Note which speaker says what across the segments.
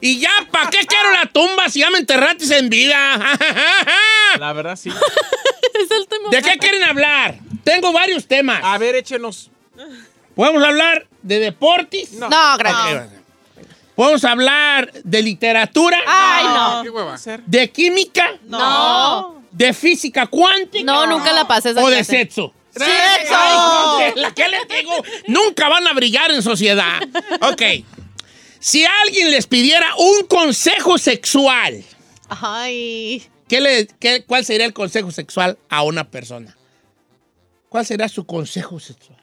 Speaker 1: ¿Y ya para qué quiero la tumba si ya me enterraste en vida?
Speaker 2: La verdad, sí.
Speaker 3: Es el tema.
Speaker 1: ¿De qué quieren hablar? Tengo varios temas.
Speaker 2: A ver, échenos.
Speaker 1: ¿Podemos hablar de deportes?
Speaker 2: No.
Speaker 3: No,
Speaker 1: Ah,
Speaker 3: gracias.
Speaker 1: ¿Podemos hablar de literatura?
Speaker 3: Ay, no.
Speaker 4: ¿Qué hueva?
Speaker 2: Ser.
Speaker 1: ¿De química?
Speaker 3: Ah. No.
Speaker 1: ¿De física cuántica?
Speaker 3: No, nunca la pasé esa
Speaker 1: ¿O de
Speaker 3: clase.
Speaker 1: sexo?
Speaker 3: ¡Sexo!
Speaker 1: Ay, ¿La que les digo? Nunca van a brillar en sociedad. Ok. Si alguien les pidiera un consejo sexual,
Speaker 3: Ay.
Speaker 1: ¿qué le- qué- ¿cuál sería el consejo sexual a una persona? ¿Cuál será su consejo sexual?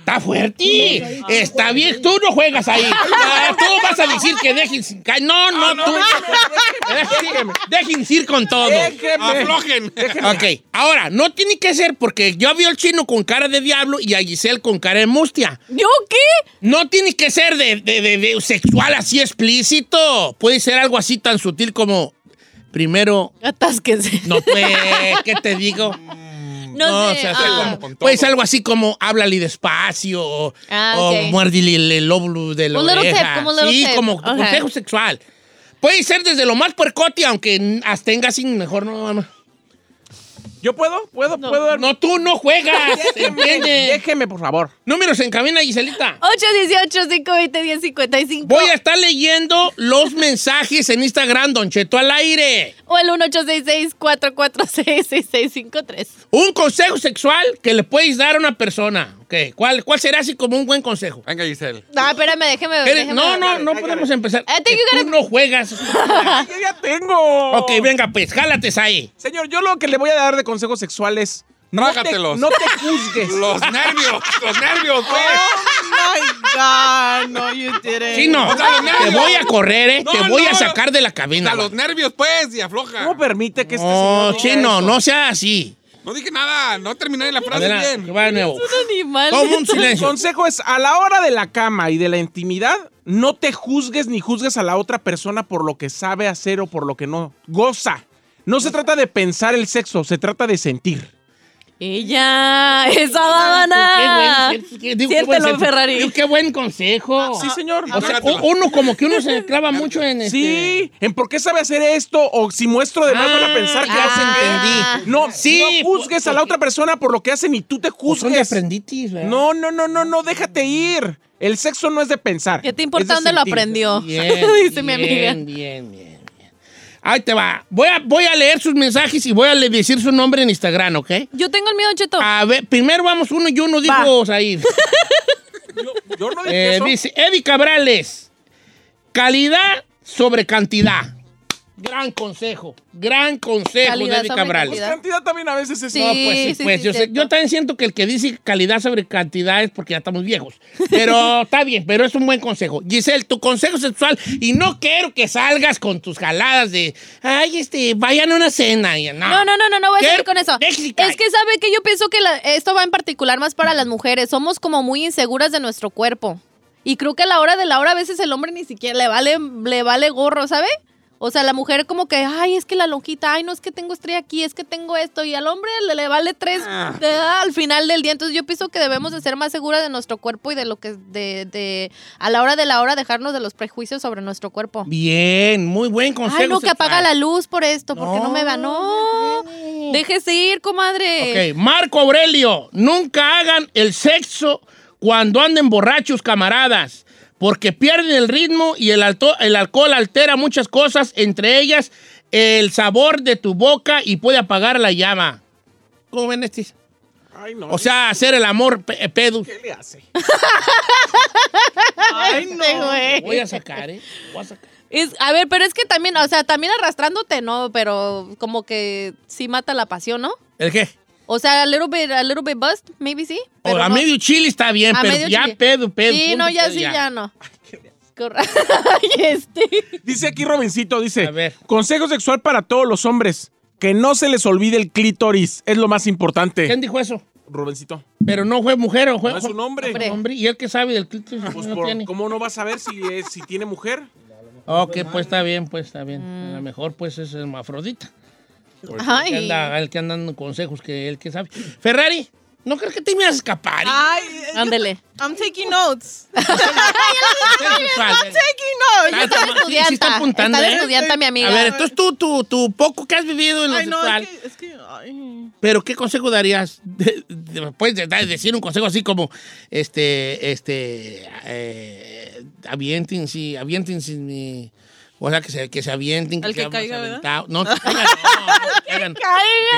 Speaker 1: ¡Está fuerte! ¡Está bien! Tú no juegas ahí. No, Tú vas a decir que dejen sin ca- No, Ah, no, tú. Dejen, dejen ir con todo.
Speaker 2: Déjeme.
Speaker 4: Aflojen.
Speaker 1: Ok, ahora, no tiene que ser porque yo vi al chino con cara de diablo y a Giselle con cara de mustia.
Speaker 3: ¿Yo qué?
Speaker 1: No tiene que ser de, de- de- de sexual así explícito. Puede ser algo así tan sutil como, primero,
Speaker 3: Atásquense.
Speaker 1: no pues, ¿qué te digo?
Speaker 3: No, sé.
Speaker 1: o sea,
Speaker 3: ah.
Speaker 1: como- puede ser algo así como, háblale despacio o,
Speaker 3: Ah,
Speaker 1: o
Speaker 3: ok.
Speaker 1: muérdele el, el óvulo de la
Speaker 3: Un little
Speaker 1: oreja.
Speaker 3: tip, como un little
Speaker 1: sí,
Speaker 3: tip.
Speaker 1: como
Speaker 3: Ok.
Speaker 1: consejo sexual. Puede ser desde lo más puercote, aunque hasta tenga sin mejor no... no.
Speaker 2: ¿Yo puedo? ¿Puedo? ¿Puedo dar?
Speaker 1: No, tú no juegas, ¿entiendes?
Speaker 2: Déjeme, por favor.
Speaker 1: Números en cabina, Giselita.
Speaker 3: Oh, 818-520-1055.
Speaker 1: Voy a estar leyendo los mensajes en Instagram, Don Cheto al aire.
Speaker 3: O el 1866-446-6653.
Speaker 1: Un consejo sexual que le puedes dar a una persona. Ok, ¿Cuál, ¿Cuál será así como un buen consejo?
Speaker 4: Venga, Giselle.
Speaker 3: No, espérame, déjeme ver.
Speaker 1: Eres- no, no, no podemos empezar.
Speaker 3: I think
Speaker 1: Que
Speaker 3: you
Speaker 1: Tú no juegas.
Speaker 2: Yo ya tengo.
Speaker 1: Ok, venga, pues, jálates ahí.
Speaker 2: Señor, yo lo que le voy a dar de consejos sexuales.
Speaker 4: Trágatelos.
Speaker 2: No te, no te juzgues.
Speaker 4: Los nervios, los nervios, pues.
Speaker 2: Oh, my God, no, you didn't.
Speaker 1: Sí, no.
Speaker 4: O sea, los
Speaker 1: Te
Speaker 4: nervios.
Speaker 1: voy a correr, ¿eh?
Speaker 4: No,
Speaker 1: Te voy a
Speaker 4: no.
Speaker 1: sacar de la cabina.
Speaker 4: A los nervios, pues, y afloja.
Speaker 2: ¿Cómo permite que este
Speaker 1: No,
Speaker 2: señor diga
Speaker 1: chino,
Speaker 2: eso?
Speaker 1: no sea así.
Speaker 4: No dije nada, no terminé la frase
Speaker 1: Adelante,
Speaker 4: bien.
Speaker 1: va de nuevo.
Speaker 3: Un animal.
Speaker 1: Todo el mundo en
Speaker 2: El
Speaker 1: silencio.
Speaker 2: consejo es, a la hora de la cama y de la intimidad, no te juzgues ni juzgues a la otra persona por lo que sabe hacer o por lo que no goza. No se trata de pensar el sexo, se trata de sentir.
Speaker 3: Ella, esa
Speaker 1: Ah, Qué
Speaker 3: dábana.
Speaker 1: buen- qué- digo, qué buen
Speaker 3: Siéntelo,
Speaker 1: consejo.
Speaker 3: Ah, Ferrari.
Speaker 1: Digo, Qué buen consejo.
Speaker 2: Ah, Sí, señor.
Speaker 1: O sea, u- uno como que uno se clava mucho en este-
Speaker 2: Sí, en por qué sabe hacer esto o si muestro de más van a pensar que
Speaker 1: ya
Speaker 2: hacen.
Speaker 1: se entendí.
Speaker 2: No,
Speaker 1: Ah, Sí,
Speaker 2: no juzgues a la otra persona por lo que hacen y tú te
Speaker 1: Pues son de
Speaker 2: juzgues.
Speaker 1: aprenditis, ¿verdad?
Speaker 2: No, no, no, no, no, déjate ir. El sexo no es de pensar.
Speaker 3: ¿Qué te
Speaker 2: es de
Speaker 3: importa dónde lo
Speaker 2: sentir.
Speaker 3: aprendió?
Speaker 1: Bien,
Speaker 3: Dice mi
Speaker 1: bien,
Speaker 3: amiga.
Speaker 1: Bien, bien, bien. Ahí te va. Voy a, voy a leer sus mensajes y voy a le- decir su nombre en Instagram, ¿ok?
Speaker 3: Yo tengo el mío, Cheto.
Speaker 1: A ver, primero vamos uno y uno, digo Zahir.
Speaker 2: Yo no dije
Speaker 1: Eh,
Speaker 2: eso.
Speaker 1: dice Eddie Cabrales, calidad sobre cantidad. Gran consejo, gran consejo
Speaker 3: Calidad
Speaker 1: de Eddie
Speaker 3: sobre
Speaker 1: Cabrales.
Speaker 3: cantidad.
Speaker 2: Cantidad también a veces es
Speaker 3: Sí.
Speaker 1: No, pues sí,
Speaker 3: sí,
Speaker 1: pues
Speaker 3: sí,
Speaker 1: yo, sé-
Speaker 3: cierto.
Speaker 1: yo también siento que el que dice calidad sobre cantidad es porque ya estamos viejos. Pero está bien, pero es un buen consejo. Giselle, tu consejo sexual, y no quiero que salgas con tus jaladas de, ay, este, vayan a una cena. y No,
Speaker 3: No, no, no, no, no voy
Speaker 1: Ah. ¿Qué?
Speaker 3: a seguir con eso.
Speaker 1: Déjese caer.
Speaker 3: Es que sabe que yo pienso que la- esto va en particular más para las mujeres. Somos como muy inseguras de nuestro cuerpo. Y creo que a la hora de la hora a veces el hombre ni siquiera le vale, le vale gorro, ¿sabe? O sea, la mujer como que, ay, es que la lonjita, ay, no, es que tengo estrella aquí, es que tengo esto. Y al hombre le, le vale tres de- al final del día. Entonces yo pienso que debemos de ser más seguras de nuestro cuerpo y de lo que, de, de, a la hora de la hora dejarnos de los prejuicios sobre nuestro cuerpo.
Speaker 1: Bien, muy buen consejo.
Speaker 3: Ay, no, que apaga la luz por esto, porque no,
Speaker 1: No,
Speaker 3: me va. No, déjese ir, comadre.
Speaker 1: Ok, Marco Aurelio, nunca hagan el sexo cuando anden borrachos, camaradas, porque pierden el ritmo y el, alto- el alcohol altera muchas cosas, entre ellas el sabor de tu boca y puede apagar la llama. ¿Cómo ven este?
Speaker 2: Ay, no.
Speaker 1: O sea, hacer el amor pe- eh, pedo.
Speaker 2: ¿qué le hace?
Speaker 3: Este güey.
Speaker 1: Voy a sacar, ¿eh? Voy a sacar.
Speaker 3: Es- a ver, pero es que también, o sea, también arrastrándote, no, pero como que sí mata la pasión, ¿no?
Speaker 1: ¿El qué?
Speaker 3: O sea, a little bit, a little bit bust, maybe sí.
Speaker 1: O
Speaker 3: pero
Speaker 1: a
Speaker 3: no.
Speaker 1: medio chile está bien,
Speaker 3: A
Speaker 1: pero
Speaker 3: medio
Speaker 1: ya
Speaker 3: chile.
Speaker 1: pedo, pedo.
Speaker 3: Sí, no,
Speaker 1: punto,
Speaker 3: ya
Speaker 1: pedo,
Speaker 3: sí, ya no. Corra- Ay, este.
Speaker 2: Dice aquí Robincito, dice,
Speaker 1: A ver.
Speaker 2: consejo sexual para todos los hombres, que no se les olvide el clítoris, es lo más importante.
Speaker 1: ¿Quién dijo eso?
Speaker 2: Robincito,
Speaker 1: Pero no fue mujer o fue
Speaker 2: no es un hombre.
Speaker 3: Hombre.
Speaker 1: hombre. ¿Y él que sabe del clítoris?
Speaker 2: Pues
Speaker 1: No
Speaker 2: por-
Speaker 1: tiene.
Speaker 2: ¿Cómo no vas a ver si, es- si tiene mujer?
Speaker 1: Ok, pues está bien, pues está bien. A lo mejor pues es hermafrodita. El que
Speaker 3: Ay.
Speaker 1: anda, el que anda dando consejos que él que sabe. Ferrari, No creo que te me vas a escapar. hija.
Speaker 5: Ay, eh,
Speaker 3: Ándele.
Speaker 5: I'm taking notes.
Speaker 1: Sé sexual,
Speaker 5: I'm
Speaker 1: ven.
Speaker 5: taking notes.
Speaker 1: Está- sí,
Speaker 3: Está de
Speaker 1: sí está
Speaker 3: estudianta.
Speaker 1: apuntando,
Speaker 3: está de
Speaker 1: ¿eh?
Speaker 3: estudianta, mi amiga.
Speaker 1: A ver, entonces tú, tú, tú, poco que has vivido en lo
Speaker 5: Ay, no,
Speaker 1: sexual,
Speaker 5: es que, es que, ay.
Speaker 1: pero ¿qué consejo darías? De- de- puedes de- dar- decir un consejo así como, este, este, eh, aviéntense, aviéntense mi... O sea, que se, que se avienten.
Speaker 5: Al que
Speaker 1: sean más
Speaker 5: caiga, ¿verdad?
Speaker 1: aventados. No, que caigan, no, no, que caigan. Que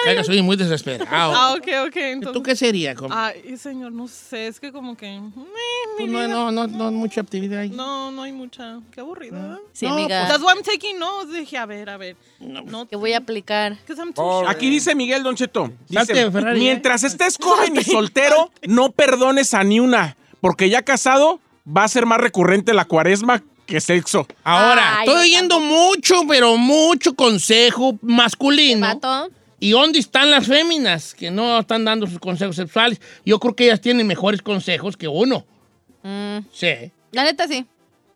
Speaker 1: caigan, soy muy desesperado.
Speaker 5: Ah, ok, ok.
Speaker 1: ¿Tú
Speaker 5: Entonces, Ah,
Speaker 1: qué sería? Como-
Speaker 5: ay, señor, no sé, es que como que. mm, mi
Speaker 1: Pues no,
Speaker 5: vida.
Speaker 1: no, no, no, mucha actividad ahí.
Speaker 5: No, no hay mucha. Qué aburrida. ¿verdad?
Speaker 3: Sí,
Speaker 1: No, pues,
Speaker 3: amiga.
Speaker 5: That's why I'm taking notes. Dije, a ver, a ver.
Speaker 1: No.
Speaker 5: No,
Speaker 3: ¿Qué voy a aplicar?
Speaker 5: because I'm too
Speaker 4: Oh,
Speaker 5: shy.
Speaker 2: Aquí dice Miguel Don Cheto. dice,
Speaker 1: Salte, eh. Ferrari, ¿eh?
Speaker 2: mientras estés joven y soltero, no perdones a ni una, porque ya casado va a ser más recurrente la cuaresma que sexo.
Speaker 1: Ahora,
Speaker 3: Ay,
Speaker 1: estoy
Speaker 3: yo
Speaker 1: oyendo mucho, pero mucho consejo masculino.
Speaker 3: Vato.
Speaker 1: ¿Y dónde están las féminas que no están dando sus consejos sexuales? Yo creo que ellas tienen mejores consejos que uno.
Speaker 3: Mm,
Speaker 1: Sí.
Speaker 3: La neta, sí.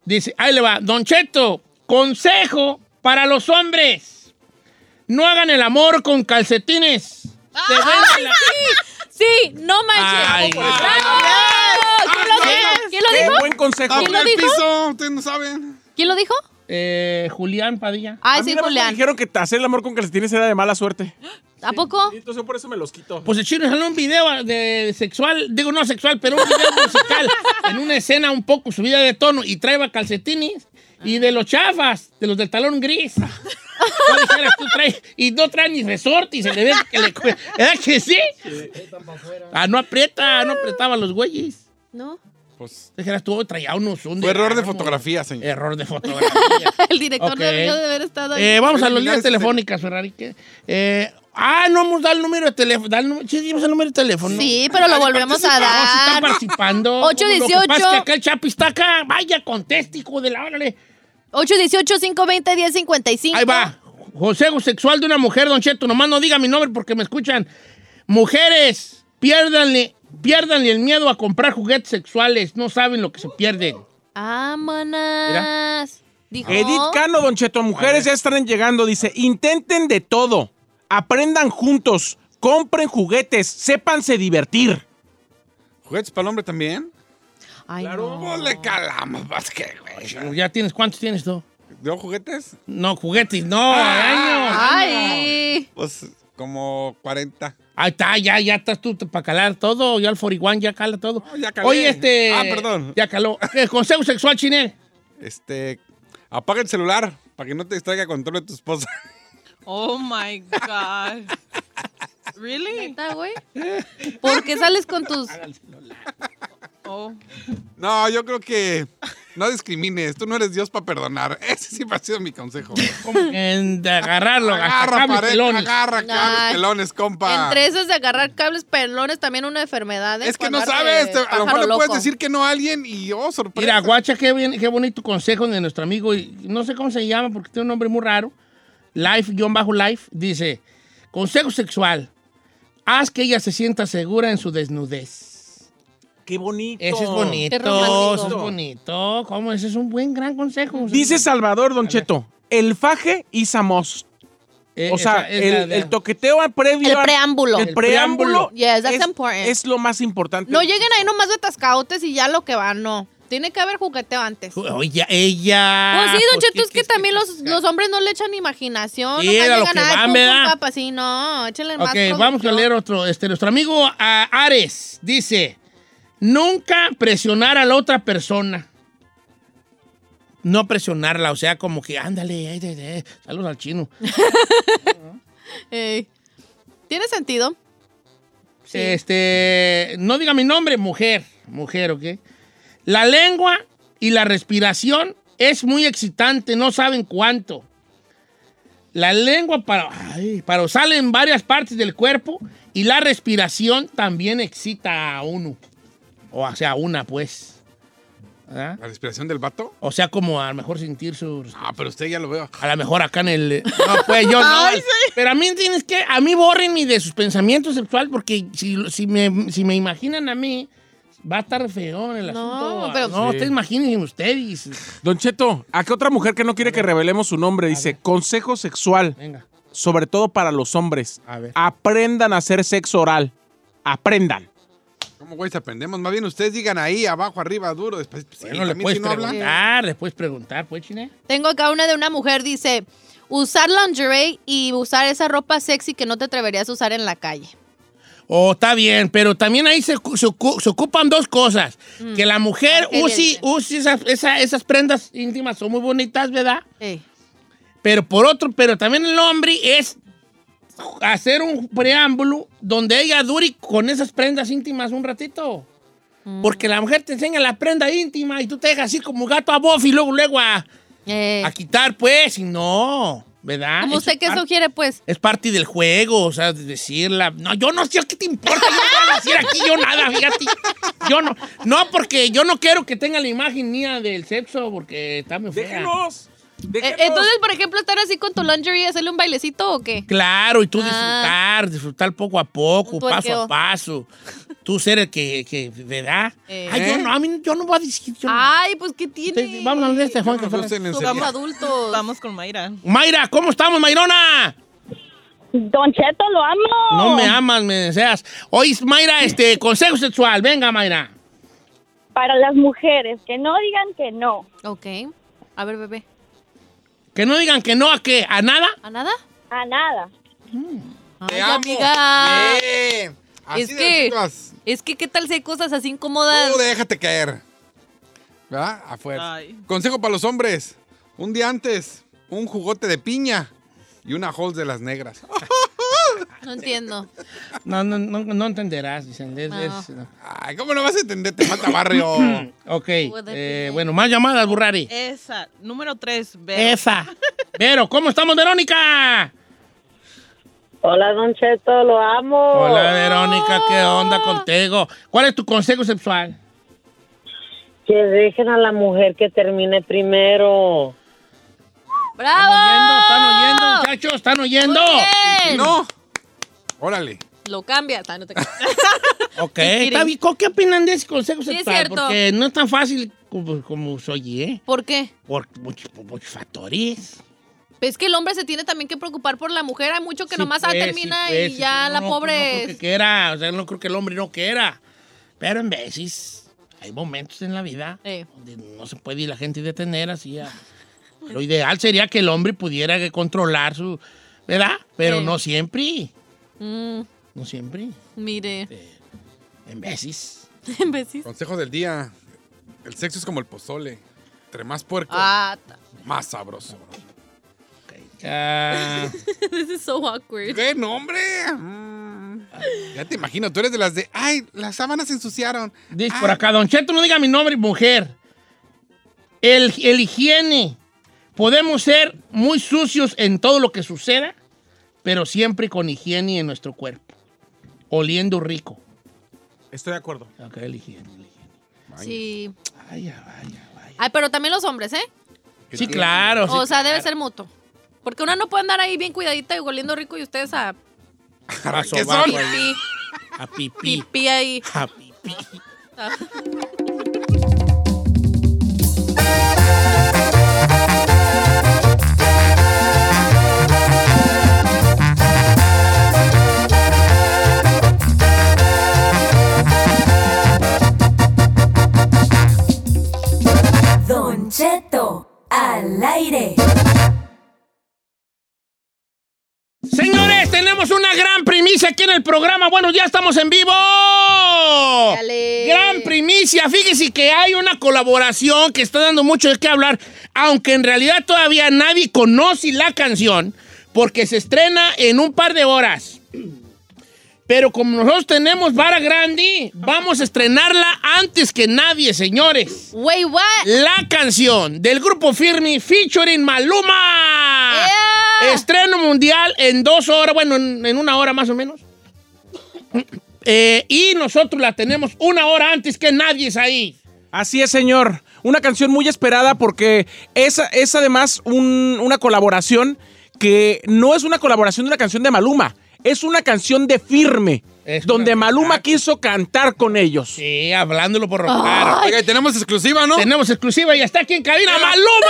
Speaker 1: Dice, ahí le va, Don Cheto, consejo para los hombres. No hagan el amor con calcetines. Se vende la-
Speaker 3: Sí, no manches.
Speaker 1: Ay,
Speaker 3: ¡Bravo!
Speaker 1: ay,
Speaker 3: ¿Quién lo dijo? ¿Quién lo
Speaker 2: Qué
Speaker 3: dijo?
Speaker 2: buen consejo.
Speaker 4: Ah,
Speaker 3: ¿Quién lo
Speaker 4: el
Speaker 3: dijo?
Speaker 4: piso, ustedes no saben.
Speaker 3: ¿Quién lo dijo?
Speaker 1: Eh, Julián Padilla.
Speaker 2: A
Speaker 3: Ay,
Speaker 2: mí
Speaker 3: sí,
Speaker 2: una vez me
Speaker 3: Ah, Julián.
Speaker 2: Dijeron que hacer el amor con calcetines era de mala suerte.
Speaker 3: ¿A poco?
Speaker 2: Y Entonces por eso me los quito.
Speaker 1: Pues el chino salió un video de sexual, digo no sexual, pero un video musical en una escena un poco subida de tono y traeba calcetines y de los chafas, de los del talón gris. ¿Cuál dijeras tú traes? Y no trae ni resorte y se le ve que le... cu- ¿Era que sí? Ah, no aprieta, no apretaba los güeyes.
Speaker 3: No.
Speaker 4: Pues,
Speaker 1: Dijeras tú, "Oh, traía unos... Un
Speaker 4: fue error de
Speaker 1: ramo".
Speaker 4: fotografía, señor.
Speaker 1: Error de fotografía.
Speaker 3: El director
Speaker 1: Ok.
Speaker 3: debió de haber estado ahí.
Speaker 1: Eh, vamos a las
Speaker 4: Criminales
Speaker 1: líneas
Speaker 4: que se-
Speaker 1: telefónicas, Ferrari. ¿qué? Eh, ah, no hemos dado el número de teléfono. da el número- Sí, dimos el número de teléfono.
Speaker 3: Sí, pero lo volvemos a
Speaker 1: Vamos, están
Speaker 3: dar.
Speaker 1: participando.
Speaker 3: 818.
Speaker 1: Lo que pasa es que acá el Chapi está acá. Vaya, conteste, hijo de la órale.
Speaker 3: 818-520-1055.
Speaker 1: Ahí va. Consejo sexual de una mujer, Don Cheto. Nomás no diga mi nombre porque me escuchan. Mujeres, piérdanle, piérdanle el miedo a comprar juguetes sexuales. No saben lo que se pierden.
Speaker 3: Vámonos.
Speaker 1: Ah.
Speaker 3: Dijo.
Speaker 2: Edith Cano, Don Cheto, mujeres ya están llegando. Dice, intenten de todo. Aprendan juntos. Compren juguetes. Sépanse divertir.
Speaker 4: ¿Juguetes para el hombre también?
Speaker 3: Ay,
Speaker 4: ¿Cómo
Speaker 3: no.
Speaker 4: le calamos? Más que, güey.
Speaker 1: ¿Ya tienes cuántos tienes tú?
Speaker 4: ¿Yo juguetes?
Speaker 1: No, juguetes, no, años.
Speaker 3: Ay.
Speaker 4: Pues, como 40.
Speaker 1: Ahí está, ya, ya estás tú para calar todo. Ya el 41 ya cala todo.
Speaker 4: No, Oh, ya calé.
Speaker 1: Oye, este.
Speaker 4: Ah, perdón.
Speaker 1: Ya caló. Eh, consejo sexual, Chinel.
Speaker 4: Este, apaga el celular para que no te distraiga con todo de tu esposa.
Speaker 5: Oh my God. Really?
Speaker 3: Neta, güey. ¿Por qué sales con tus.?
Speaker 5: Oh.
Speaker 4: No, yo creo que no discrimines. Tú no eres Dios para perdonar. Ese siempre ha sido mi consejo.
Speaker 1: En, de agarrarlo,
Speaker 4: Agarra
Speaker 1: agarrarlo,
Speaker 4: pared,
Speaker 1: pelones.
Speaker 4: agarra cables
Speaker 3: Ay.
Speaker 4: pelones, compa.
Speaker 3: Entre esas de agarrar cables pelones, también una enfermedad. ¿eh?
Speaker 4: Es que no
Speaker 3: Cuando
Speaker 4: sabes.
Speaker 3: arde
Speaker 4: te- a lo
Speaker 3: pájaro
Speaker 4: mejor le puedes
Speaker 3: loco.
Speaker 4: decir que no a alguien y oh, sorpresa.
Speaker 1: Mira, guacha, qué, bien, qué bonito consejo de nuestro amigo, y no sé cómo se llama porque tiene un nombre muy raro, Life-Life, dice, consejo sexual, haz que ella se sienta segura en su desnudez.
Speaker 2: Qué bonito.
Speaker 1: Ese es bonito,
Speaker 3: Qué romántico.
Speaker 1: eso es bonito, ¿cómo? Ese es un buen, gran consejo.
Speaker 2: Dice Salvador, Don Cheto, el faje y Samos.
Speaker 1: Eh,
Speaker 2: O
Speaker 1: esa-
Speaker 2: sea,
Speaker 1: es la
Speaker 2: el,
Speaker 1: de-
Speaker 2: el toqueteo al previo.
Speaker 3: El
Speaker 2: al-
Speaker 3: preámbulo.
Speaker 2: El
Speaker 1: El
Speaker 2: preámbulo.
Speaker 1: preámbulo.
Speaker 3: Yes, that's
Speaker 2: es,
Speaker 3: important.
Speaker 2: es lo más importante.
Speaker 3: No lleguen ahí nomás de tascaotes y ya lo que va, no. Tiene que haber jugueteo antes. Pues
Speaker 1: Oye, ella...
Speaker 3: sí, Don Cheto,
Speaker 1: Ah, pues, ¿qué
Speaker 3: es que
Speaker 1: quieres
Speaker 3: también
Speaker 1: te
Speaker 3: los,
Speaker 1: diga?
Speaker 3: los hombres no le echan imaginación.
Speaker 1: Sí,
Speaker 3: nomás
Speaker 1: era lo
Speaker 3: llegan,
Speaker 1: que
Speaker 3: "Ay,
Speaker 1: van,
Speaker 3: pum, pum,
Speaker 1: ¿verdad?
Speaker 3: papa". Sí, no, échenle más.
Speaker 1: Ok, vamos a
Speaker 3: producción.
Speaker 1: leer otro. Este, nuestro amigo ah, Ares dice: Nunca presionar a la otra persona. No presionarla, o sea, como que ándale, ay, ay, ay, saludos al chino.
Speaker 3: Ey. Eh, ¿Tiene sentido?
Speaker 1: Este, no diga mi nombre, mujer, mujer, ok. La lengua y la respiración es muy excitante, no saben cuánto. La lengua para, ay, para sale en varias partes del cuerpo y la respiración también excita a uno. O sea, a una, pues. ¿Verdad?
Speaker 4: ¿La respiración del vato?
Speaker 1: O sea, como a lo mejor sentir su...
Speaker 4: Ah, pero usted ya lo veo.
Speaker 1: A lo mejor acá en el... No, pues yo no. Pero a mí tienes que... A mí borren de sus pensamientos sexuales porque si, si, me, si me imaginan a mí, va a estar feo el
Speaker 3: No,
Speaker 1: asunto.
Speaker 3: pero-
Speaker 1: No,
Speaker 2: Sí.
Speaker 1: ustedes imaginen ustedes.
Speaker 2: Don Cheto, ¿a qué otra mujer que no quiere que revelemos su nombre? Dice, consejo sexual,
Speaker 1: Venga.
Speaker 2: sobre todo para los hombres.
Speaker 1: A ver.
Speaker 2: Aprendan a hacer sexo oral. Aprendan.
Speaker 4: ¿Cómo, güey, aprendemos? Más bien, ustedes digan ahí, abajo, arriba, duro. Después, sí,
Speaker 1: Bueno, le
Speaker 4: también
Speaker 1: puedes
Speaker 4: si no hablan.
Speaker 1: preguntar, le puedes preguntar, pues, Chine.
Speaker 3: Tengo acá una de una mujer, dice, usar lingerie y usar esa ropa sexy que no te atreverías a usar en la calle.
Speaker 1: Oh, está bien, pero también ahí se, ocu- se ocu- se ocupan dos cosas.
Speaker 3: Mm.
Speaker 1: Que la mujer
Speaker 3: Argelia
Speaker 1: use,
Speaker 3: dice.
Speaker 1: use esas, esa- esas prendas íntimas, son muy bonitas, ¿verdad?
Speaker 3: Eh.
Speaker 1: Pero por otro, pero también el hombre es hacer un preámbulo donde ella dure con esas prendas íntimas un ratito. Porque la mujer te enseña la prenda íntima y tú te dejas así como gato a bof y luego, luego a,
Speaker 3: Eh,
Speaker 1: a quitar, pues, y no, ¿verdad?
Speaker 3: ¿Cómo usted
Speaker 1: Eso
Speaker 3: qué
Speaker 1: es par-
Speaker 3: sugiere, pues?
Speaker 1: Es parte del juego, o sea, de decirla. No, yo no sé qué te importa, yo no voy a decir aquí yo nada, fíjate. Yo no, no, porque yo no quiero que tenga la imagen mía del sexo, porque está muy fea.
Speaker 2: Déjenos.
Speaker 3: Eh,
Speaker 2: déjenos.
Speaker 3: Entonces, por ejemplo, estar así con
Speaker 1: Mm.
Speaker 3: tu lingerie y hacerle un bailecito o qué?
Speaker 1: Claro, y tú
Speaker 3: Ah.
Speaker 1: disfrutar, disfrutar poco a poco,
Speaker 3: Un
Speaker 1: paso
Speaker 3: tuerqueo.
Speaker 1: a paso. Tú ser el que, que ¿verdad?
Speaker 3: Eh.
Speaker 1: Ay, yo no, a mí, yo no voy a decir. yo no.
Speaker 3: Ay, pues, ¿qué
Speaker 1: Te-
Speaker 3: tiene?
Speaker 1: Vamos a hablar de este Juan.
Speaker 4: Yo no
Speaker 1: Carlos.
Speaker 4: sé, ni
Speaker 3: Somos
Speaker 4: enseñar.
Speaker 3: adultos.
Speaker 5: Vamos con Mayra.
Speaker 1: Mayra, ¿cómo estamos, Mayrona?
Speaker 6: Don Cheto, lo amo.
Speaker 1: No me amas, me deseas. Oye, Mayra, este, consejo sexual. Venga, Mayra.
Speaker 6: Para las mujeres, que no digan que no.
Speaker 3: Ok. A ver, bebé.
Speaker 1: Que no digan que no a qué, a nada.
Speaker 3: ¿A nada?
Speaker 6: A nada.
Speaker 3: Ay,
Speaker 4: amo.
Speaker 3: amiga.
Speaker 4: Bien. Así
Speaker 3: Es
Speaker 4: de
Speaker 3: que-
Speaker 4: chicas.
Speaker 3: Es que, ¿qué tal si hay cosas así incómodas?
Speaker 4: Tú déjate caer. ¿Verdad? Afuera.
Speaker 5: Ay.
Speaker 4: Consejo para los hombres. Un día antes, un jugote de piña y una Halls de las negras.
Speaker 3: No entiendo.
Speaker 1: No, no, no, no entenderás, dicen. es-
Speaker 3: No.
Speaker 1: es- no.
Speaker 4: Ay, ¿cómo no vas a entender? Te falta barrio.
Speaker 1: Ok,
Speaker 3: Puede
Speaker 1: eh,
Speaker 3: ser. Eh,
Speaker 1: bueno, más llamadas, Burrari.
Speaker 5: Esa. Número tres, Vero.
Speaker 1: Esa. Pero, ¿cómo estamos, Verónica?
Speaker 6: Hola, Don Cheto, lo amo.
Speaker 1: Hola, Verónica, ¿qué onda contigo? ¿Cuál es tu consejo sexual?
Speaker 6: Que dejen a la mujer que termine primero.
Speaker 3: ¡Bravo!
Speaker 1: ¿Están oyendo? ¿Están oyendo, muchachos? ¿Están oyendo?
Speaker 3: Muy bien.
Speaker 4: No. Órale.
Speaker 3: Lo cambias. Ah, no te creas.
Speaker 1: Ok, está bien. ¿Qué opinan de ese consejo
Speaker 3: Sí, es
Speaker 1: sexual?
Speaker 3: cierto.
Speaker 1: Porque no es tan fácil como, como se oye, ¿eh?
Speaker 3: ¿Por qué?
Speaker 1: Por muchos, por muchos factores.
Speaker 3: Es que el hombre se tiene también que preocupar por la mujer. Hay mucho que
Speaker 1: Sí,
Speaker 3: nomás ah,
Speaker 1: pues,
Speaker 3: termina
Speaker 1: sí, pues,
Speaker 3: y
Speaker 1: sí,
Speaker 3: ya
Speaker 1: no,
Speaker 3: la
Speaker 1: no, No
Speaker 3: pobre.
Speaker 1: creo que quiera, o sea, no creo que el hombre no quiera. Pero en veces hay momentos en la vida
Speaker 3: Eh.
Speaker 1: donde no se puede ir la gente y detener así. a- Lo ideal sería que el hombre pudiera que controlar su. ¿Verdad? Pero
Speaker 3: Eh.
Speaker 1: no siempre.
Speaker 3: Mm,
Speaker 1: No siempre.
Speaker 3: mire,
Speaker 1: En veces.
Speaker 3: imbécil.
Speaker 4: Consejo del día. El sexo es como el pozole. Entre más puerco,
Speaker 3: Ah, ta-
Speaker 4: más sabroso.
Speaker 1: Ah,
Speaker 3: this is so awkward.
Speaker 4: ¡Qué nombre! Mm. Ya te imagino, tú eres de las de. ¡Ay, las sábanas se ensuciaron! Ah.
Speaker 1: dice
Speaker 3: Ah.
Speaker 4: Ay,
Speaker 1: por acá, Don Cheto, no diga mi nombre, mujer. El, el higiene. Podemos ser muy sucios en todo lo que suceda, pero siempre con higiene en nuestro cuerpo. Oliendo rico.
Speaker 2: Estoy de acuerdo.
Speaker 1: Ok, el higiene, el higiene.
Speaker 3: Sí.
Speaker 1: Vaya, vaya, vaya.
Speaker 3: Ay, pero también los hombres, ¿eh?
Speaker 1: Sí, claro. sí,
Speaker 3: O sea, debe
Speaker 1: claro.
Speaker 3: ser mutuo. Porque una no puede andar ahí bien cuidadita y oliendo rico y ustedes a
Speaker 1: Paso
Speaker 4: ¿Qué
Speaker 1: abajo
Speaker 4: son?
Speaker 1: ahí,
Speaker 3: pipí,
Speaker 1: A pipí.
Speaker 3: pipí ahí.
Speaker 1: A pipí.
Speaker 7: Don Cheto, al aire.
Speaker 1: Señores, tenemos una gran primicia aquí en el programa. Bueno, ya estamos en vivo.
Speaker 3: Dale.
Speaker 1: Gran primicia. Fíjese que hay una colaboración que está dando mucho de qué hablar, aunque en realidad todavía nadie conoce la canción porque se estrena en un par de horas. Pero como nosotros tenemos vara grande, vamos a estrenarla antes que nadie, señores.
Speaker 3: Wait, what?
Speaker 1: La canción del grupo Firmi featuring Maluma.
Speaker 3: Yeah.
Speaker 1: Estreno mundial en dos horas, bueno, en, en una hora más o menos. Eh, y nosotros la tenemos una hora antes que nadie es ahí.
Speaker 2: Así es, señor. Una canción muy esperada porque es, es además un- una colaboración que no es una colaboración de una canción de Maluma, es una canción de firme,
Speaker 1: Es
Speaker 2: donde
Speaker 1: una-
Speaker 2: Maluma
Speaker 1: Exacto.
Speaker 2: quiso cantar con ellos.
Speaker 1: Sí, hablándolo por rocar.
Speaker 4: Oiga, y tenemos exclusiva, ¿no?
Speaker 1: Tenemos exclusiva y está aquí en cabina Maluma.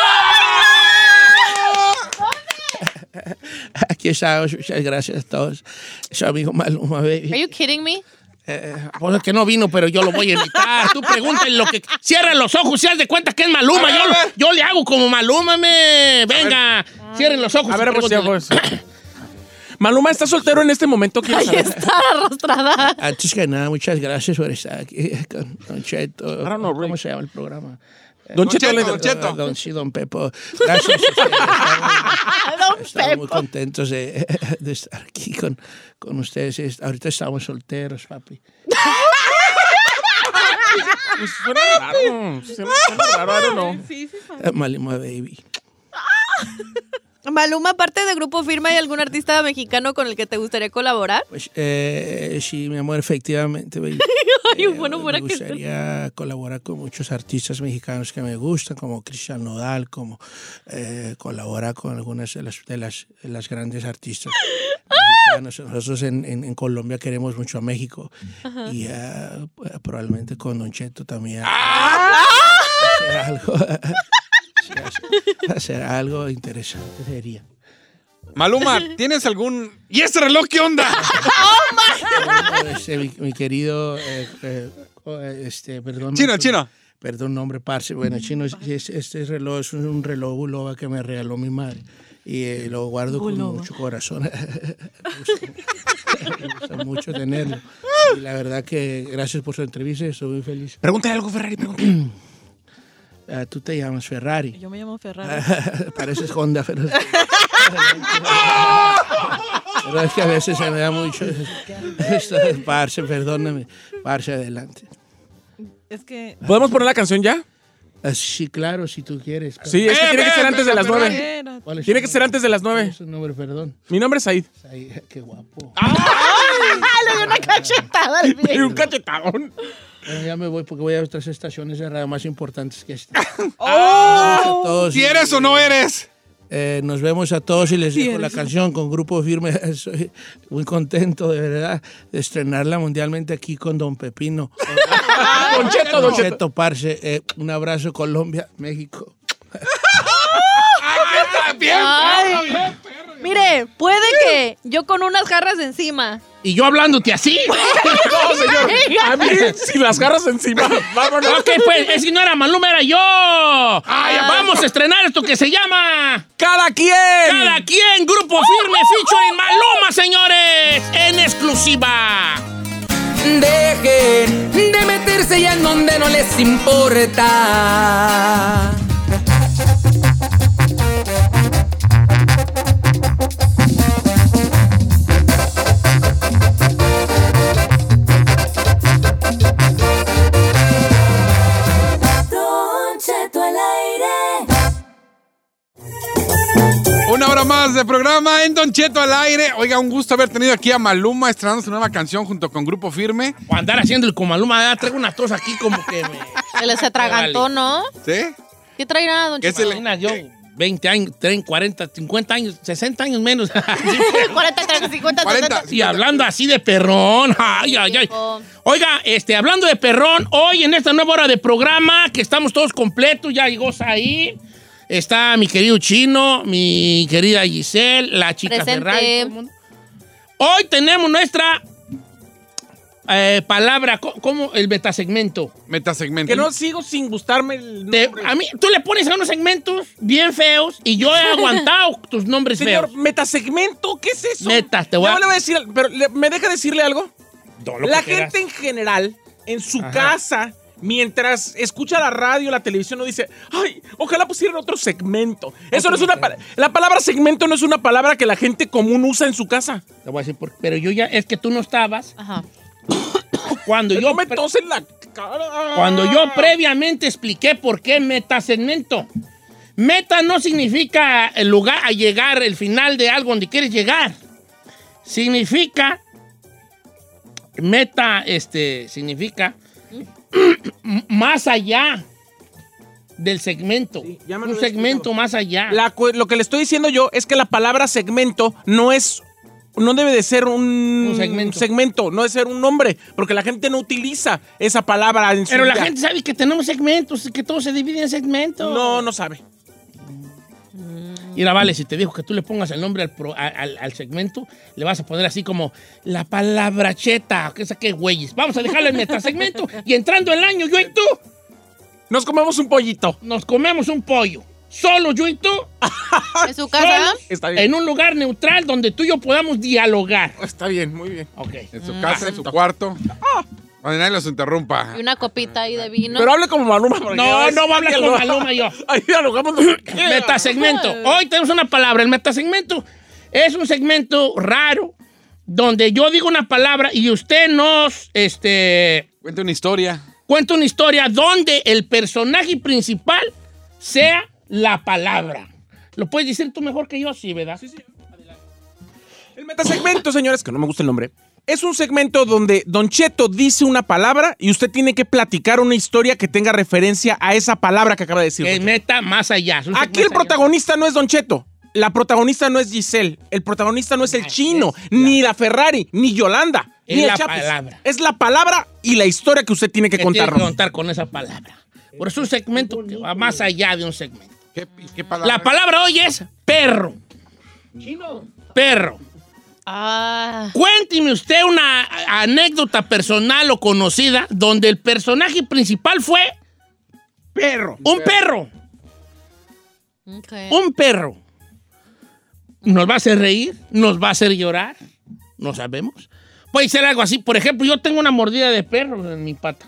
Speaker 1: Aquí está, muchas gracias a todos. Su amigo Maluma,
Speaker 3: Are
Speaker 1: baby.
Speaker 3: you kidding me?
Speaker 1: Eh, pues es que no vino, pero yo lo voy a invitar. Tú pregúntale lo que. Cierra los ojos y haz de cuenta que es Maluma.
Speaker 4: A ver,
Speaker 1: yo, lo-
Speaker 4: a ver.
Speaker 1: yo le hago como Maluma, me. Venga, cierren los ojos.
Speaker 2: A
Speaker 1: y
Speaker 2: ver, pues,
Speaker 1: pregúntale.
Speaker 2: sí, pues. Maluma, ¿estás soltero en este momento? Quiero
Speaker 3: Ahí
Speaker 2: saber.
Speaker 3: está arrastrada.
Speaker 1: Antes que nada, muchas gracias por estar aquí con Don Cheto.
Speaker 2: I don't know,
Speaker 1: ¿Cómo
Speaker 2: Rick.
Speaker 1: se llama el programa?
Speaker 2: Don
Speaker 4: Don
Speaker 2: Cheto,
Speaker 4: Cheto,
Speaker 2: le-
Speaker 4: Don Cheto.
Speaker 1: Ah, Don, sí, don Pepo. Gracias. a ustedes.
Speaker 3: Don
Speaker 1: Estamos muy
Speaker 3: Pepo.
Speaker 1: contentos de, de estar aquí con, con ustedes. Es- Ahorita estamos solteros, papi.
Speaker 2: Pues, suena raro. Suena raro, I don't know.
Speaker 5: Sí, sí, sí.
Speaker 1: Malima Baby.
Speaker 3: Maluma, aparte de Grupo Firma, ¿hay algún artista mexicano con el que te gustaría colaborar?
Speaker 1: Pues, eh, sí, mi amor, efectivamente, baby.
Speaker 3: Ay,
Speaker 1: Eh,
Speaker 3: bueno, fuera
Speaker 1: me
Speaker 3: que estés.
Speaker 1: gustaría colaborar con muchos artistas mexicanos que me gustan, como Cristian Nodal, como eh, colabora con algunas de las, de las, de las grandes artistas mexicanas. Nosotros en, en- en Colombia queremos mucho a México y ah, probablemente con Don Cheto también.
Speaker 3: ¡Ah!
Speaker 1: Hacer algo, hacer- hacer algo interesante sería.
Speaker 4: Maluma, ¿tienes algún. ¿Y ese reloj qué onda?
Speaker 1: Este, mi, mi querido, eh, eh, oh, eh, este, perdón.
Speaker 4: Chino,
Speaker 1: me-
Speaker 4: chino.
Speaker 1: Perdón, nombre, parce. Bueno, chino, es- es- este reloj es un, un reloj buloba que me regaló mi madre. Y eh, lo guardo con mucho corazón. me, gusta, me gusta mucho tenerlo. Y la verdad que gracias por su entrevista, estoy muy feliz.
Speaker 2: Pregúntale algo, Ferrari, pregúntale.
Speaker 1: Ah, tú te llamas Ferrari.
Speaker 5: Yo me llamo Ferrari.
Speaker 1: Pareces Honda, pero... pero es que a veces se me da mucho... Esto es parce, perdóname. Parce, adelante.
Speaker 5: Es que.
Speaker 2: ¿Podemos poner la canción ya?
Speaker 1: Ah, Sí, claro, si tú quieres.
Speaker 2: Sí, es que
Speaker 4: Eh,
Speaker 2: tiene que
Speaker 4: eh,
Speaker 2: ser antes de las nueve.
Speaker 5: Espérate.
Speaker 1: ¿Cuál es
Speaker 2: Tiene
Speaker 1: su
Speaker 2: que ser
Speaker 1: nombre?
Speaker 2: antes de las
Speaker 1: ¿Cuál
Speaker 2: nueve.
Speaker 1: es su nombre, perdón.
Speaker 2: Mi nombre es Said.
Speaker 1: Ay, qué guapo.
Speaker 2: Ah.
Speaker 3: Le dio una cachetada al
Speaker 2: Y un cachetadón.
Speaker 1: Bueno, ya me voy porque voy a otras estaciones de radio más importantes que esta.
Speaker 2: Oh.
Speaker 1: Nos vemos a todos
Speaker 4: ¿Si
Speaker 1: y,
Speaker 4: eres o no eres?
Speaker 1: eh, nos vemos a todos y les dejo la canción con Grupo Firme. Soy muy contento, de verdad, de estrenarla mundialmente aquí con Don Pepino.
Speaker 2: Don Cheto, Don
Speaker 1: Don
Speaker 2: Cheto.
Speaker 1: Cheto, parce. Eh, un abrazo, Colombia, México.
Speaker 3: Mire, puede que yo con unas jarras encima.
Speaker 1: Y yo hablándote así.
Speaker 2: No, señor. A mí, si las garras encima. Vámonos.
Speaker 1: ok, pues, es que no era Maluma, era yo. Vamos a estrenar esto que se llama...
Speaker 2: ¡Cada quien!
Speaker 1: Cada quien, grupo firme, featuring Maluma, señores, en exclusiva.
Speaker 8: Dejen de meterse ya en donde no les importa.
Speaker 7: Don Cheto al aire.
Speaker 4: Una hora más de programa en Don Cheto al aire. Oiga, un gusto haber tenido aquí a Maluma estrenando su nueva canción junto con Grupo Firme.
Speaker 1: O andar haciendo el con Maluma, ya traigo una tos aquí como que me...
Speaker 3: Se les atragantó, ¿no?
Speaker 4: ¿Sí?
Speaker 3: ¿Qué traerá, don
Speaker 4: ¿Qué
Speaker 3: Chico?
Speaker 4: se le-
Speaker 1: Imagina, yo 20 años, 30, 40, 50 años, 60 años menos.
Speaker 3: 40, 30, 50,
Speaker 4: 40.
Speaker 3: 70.
Speaker 1: y hablando así de perrón. Ay, ay, ay. Oiga, este, hablando de perrón, hoy en esta nueva hora de programa, que estamos todos completos, ya llegó ahí. Está mi querido Chino, mi querida Giselle, la chica
Speaker 3: Presente.
Speaker 1: Ferrari. todo el mundo. Hoy tenemos nuestra eh, palabra, co- como el betasegmento.
Speaker 4: Metasegmento.
Speaker 2: Que no sigo sin gustarme el
Speaker 1: Te-
Speaker 2: nombre.
Speaker 1: a mí, tú le pones a unos segmentos bien feos y yo he aguantado tus nombres
Speaker 2: Señor,
Speaker 1: feos.
Speaker 2: metasegmento, ¿qué es eso?
Speaker 1: Neta, te voy a-
Speaker 2: No le voy a decir, pero le- ¿me deja decirle algo?
Speaker 1: No, lo
Speaker 2: la
Speaker 1: que quieras.
Speaker 2: gente en general, en su
Speaker 1: Ajá.
Speaker 2: casa, mientras escucha la radio, la televisión, no dice, ay, ojalá pusieran otro segmento. Eso no es una palabra. La palabra segmento no es una palabra que la gente común usa en su casa.
Speaker 1: Te voy a decir por- pero yo ya, es que tú no estabas
Speaker 3: Ajá.
Speaker 1: cuando
Speaker 2: Yo
Speaker 1: yo,
Speaker 2: no me
Speaker 1: pre-
Speaker 2: tos en la cara.
Speaker 1: cuando yo previamente expliqué por qué metasegmento. Meta no significa el lugar a llegar, el final de algo donde quieres llegar. Significa meta, este, significa m- más allá del segmento.
Speaker 2: Sí, ya me lo
Speaker 1: un
Speaker 2: había
Speaker 1: segmento
Speaker 2: explicado.
Speaker 1: más allá.
Speaker 2: La cu- lo que le estoy diciendo yo es que la palabra segmento no es. No debe de ser un,
Speaker 1: Un segmento.
Speaker 2: segmento, no debe ser un nombre, porque la gente no utiliza esa palabra en su
Speaker 1: Pero la
Speaker 2: vida.
Speaker 1: gente sabe que tenemos segmentos y que todo se divide en segmentos.
Speaker 2: No, no sabe.
Speaker 1: Mira, vale, si te dijo que tú le pongas el nombre al, pro- a- al- al segmento, le vas a poner así como la palabra cheta, que saqué güeyes. Vamos a dejarlo en nuestro segmento y entrando el año, yo y tú,
Speaker 2: Nos comemos un pollito.
Speaker 1: nos comemos un pollo. Solo yo y tú,
Speaker 3: ¿En su casa?
Speaker 1: solos,
Speaker 2: Está bien.
Speaker 1: en un lugar neutral donde tú y yo podamos dialogar.
Speaker 2: Está bien, muy bien.
Speaker 1: Ok.
Speaker 4: En su casa, en su cuarto.
Speaker 1: Ah.
Speaker 4: Donde nadie los interrumpa.
Speaker 3: Y una copita ahí de vino.
Speaker 2: Pero hable como Maluma. porque
Speaker 1: No,
Speaker 2: ves
Speaker 1: no voy a hablar
Speaker 2: que
Speaker 1: con
Speaker 2: lo-
Speaker 1: Maluma yo.
Speaker 2: Ahí dialogamos.
Speaker 1: Metasegmento. Hoy tenemos una palabra. El metasegmento es un segmento raro donde yo digo una palabra y usted nos este,
Speaker 4: Cuenta una historia.
Speaker 1: cuenta una historia donde el personaje principal sea la palabra. Lo puedes decir tú mejor que yo, sí, ¿verdad?
Speaker 2: El metasegmento, señores, que no me gusta el nombre. Es un segmento donde Don Cheto dice una palabra y usted tiene que platicar una historia que tenga referencia a esa palabra que acaba de decir.
Speaker 1: Que
Speaker 2: Don Cheto.
Speaker 1: meta más allá. Es un
Speaker 2: Aquí
Speaker 1: segmento
Speaker 2: el
Speaker 1: allá.
Speaker 2: protagonista no es Don Cheto. La protagonista no es Giselle. El protagonista no es el
Speaker 1: Así
Speaker 2: chino,
Speaker 1: es,
Speaker 2: ni la Ferrari, ni Yolanda,
Speaker 1: Es
Speaker 2: ni el
Speaker 1: la
Speaker 2: Chapis.
Speaker 1: palabra.
Speaker 2: Es la palabra y la historia que usted tiene que
Speaker 1: Que tiene que
Speaker 2: contarnos. Este,
Speaker 1: contar con esa palabra. Por eso es un segmento que va más allá de un segmento.
Speaker 4: ¿Qué, qué palabra?
Speaker 1: La palabra hoy es perro. Perro.
Speaker 3: Ah.
Speaker 1: Cuénteme usted una a- anécdota personal o conocida donde el personaje principal fue
Speaker 2: Perro.
Speaker 1: un perro.
Speaker 3: ok.
Speaker 1: Un perro. ¿Nos va a hacer reír? ¿Nos va a hacer llorar? No sabemos. Puede ser algo así. Por ejemplo, yo tengo una mordida de perro en mi pata.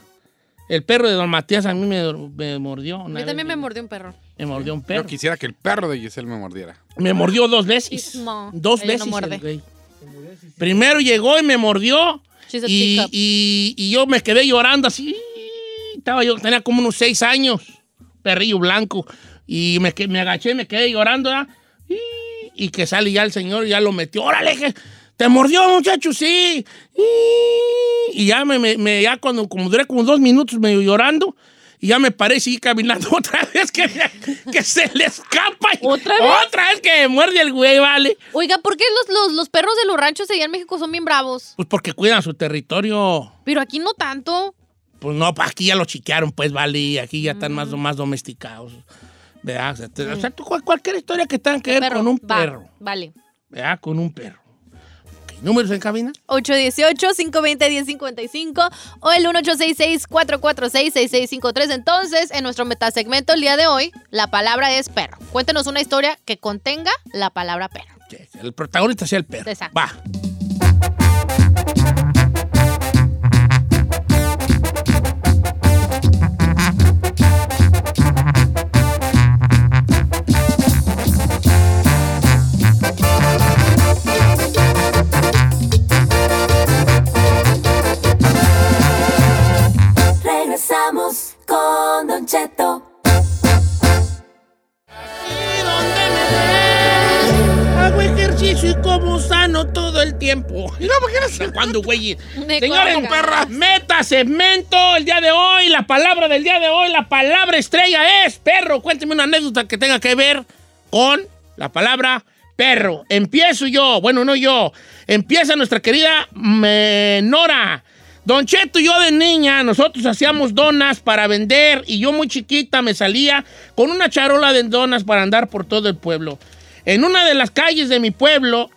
Speaker 1: El perro de don Matías a mí me, me mordió.
Speaker 3: A
Speaker 1: una
Speaker 3: mí
Speaker 1: vez.
Speaker 3: también me mordió un perro.
Speaker 1: Me mordió un
Speaker 4: Yo
Speaker 1: perro.
Speaker 4: quisiera que el perro de Giselle me mordiera.
Speaker 1: Me mordió dos veces.
Speaker 3: Chismo.
Speaker 1: Dos
Speaker 3: Ella no
Speaker 1: veces. el
Speaker 3: muerde.
Speaker 1: güey. Primero llegó y me mordió.
Speaker 3: She's a
Speaker 1: Y,
Speaker 3: teacup.
Speaker 1: y- y yo me quedé llorando así. Estaba yo, tenía como unos seis años, perrillo blanco. Y me, que- me agaché, me quedé llorando. ¿verdad? Y, y que sale ya el señor, ya lo metió. Órale, que te mordió, muchacho, sí. Y, y ya me, me- me- ya cuando como duré como dos minutos medio llorando. Y ya me paré y seguí caminando otra vez que, que se le escapa. y-
Speaker 3: ¿Otra vez?
Speaker 1: Otra vez que me muerde el güey, vale.
Speaker 3: Oiga, ¿por qué los, los, los perros de los ranchos allá en México son bien bravos?
Speaker 1: Pues porque cuidan su territorio.
Speaker 3: Pero aquí no tanto.
Speaker 1: Pues no, pa, aquí ya lo chiquearon, pues, vale, aquí ya están más,
Speaker 3: Mm.
Speaker 1: más domesticados. ¿Verdad? O sea, te- o sea, tú, cual- cualquier historia que tenga que ver
Speaker 3: Perro,
Speaker 1: con un
Speaker 3: va,
Speaker 1: perro.
Speaker 3: Vale.
Speaker 1: ¿Verdad? Con un perro. Ok, ¿Números en cabina?
Speaker 3: 818-520-1055 o el 1866-446-6653. Entonces, en nuestro metasegmento el día de hoy, la palabra es perro. Cuéntenos una historia que contenga la palabra perro.
Speaker 1: Sí, El protagonista sea el perro.
Speaker 3: Exacto.
Speaker 1: Va.
Speaker 7: Regresamos con Don Cheto.
Speaker 1: Hago ejercicio y como sano todo el tiempo. No, imagínate. ¿Cuándo, güey?
Speaker 3: Me
Speaker 1: Señores,
Speaker 3: cuelga.
Speaker 1: perra. Meta segmento el día de hoy. La palabra del día de hoy, la palabra estrella es perro. Cuénteme una anécdota que tenga que ver con la palabra perro. Empiezo yo. Bueno, no yo. Empieza nuestra querida Menora. Don Cheto y yo de niña, nosotros hacíamos donas para vender y yo muy chiquita me salía con una charola de donas para andar por todo el pueblo. En una de las calles de mi pueblo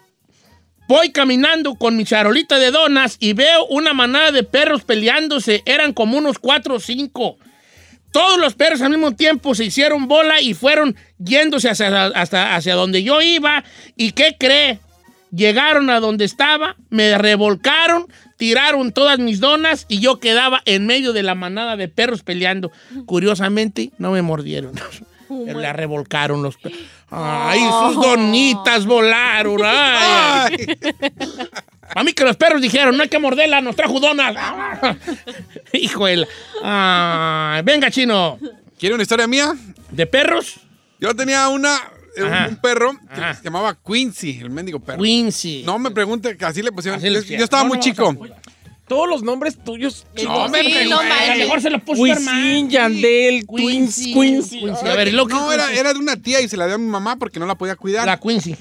Speaker 1: Voy caminando con mi charolita de donas y veo una manada de perros peleándose. Eran como unos cuatro o cinco. Todos los perros al mismo tiempo se hicieron bola y fueron yéndose hacia, hasta- hacia donde yo iba. ¿Y qué cree? Llegaron a donde estaba, me revolcaron, tiraron todas mis donas y yo quedaba en medio de la manada de perros peleando. Curiosamente, no me mordieron. Pero la revolcaron los perros. ¡Ay, sus donitas volaron! ¡Ay! A mí que los perros dijeron, no hay que morderla, nos trajo donas. Hijo de la- Ay, venga, chino.
Speaker 4: ¿Quiere una historia mía?
Speaker 1: ¿De perros?
Speaker 4: Yo tenía una, eh, un,
Speaker 1: Ajá.
Speaker 4: un perro que
Speaker 1: Ajá.
Speaker 4: se llamaba Quincy, el mendigo perro.
Speaker 1: Quincy.
Speaker 4: No me pregunte, que así le pusieron.
Speaker 1: Así le
Speaker 4: Yo-
Speaker 1: pusieron.
Speaker 4: yo estaba
Speaker 1: No,
Speaker 4: muy
Speaker 1: no,
Speaker 4: chico.
Speaker 1: no, no,
Speaker 2: Todos los nombres tuyos.
Speaker 1: No, me
Speaker 3: Sí,
Speaker 1: preguntes.
Speaker 3: no
Speaker 1: A lo
Speaker 3: manches.
Speaker 1: mejor se lo puso
Speaker 2: Wisin, Yandel, Quincy. Quincy.
Speaker 1: A ver, lo que-
Speaker 4: no, era, era de una tía y se la dio a mi mamá porque no la podía cuidar.
Speaker 1: La Quincy.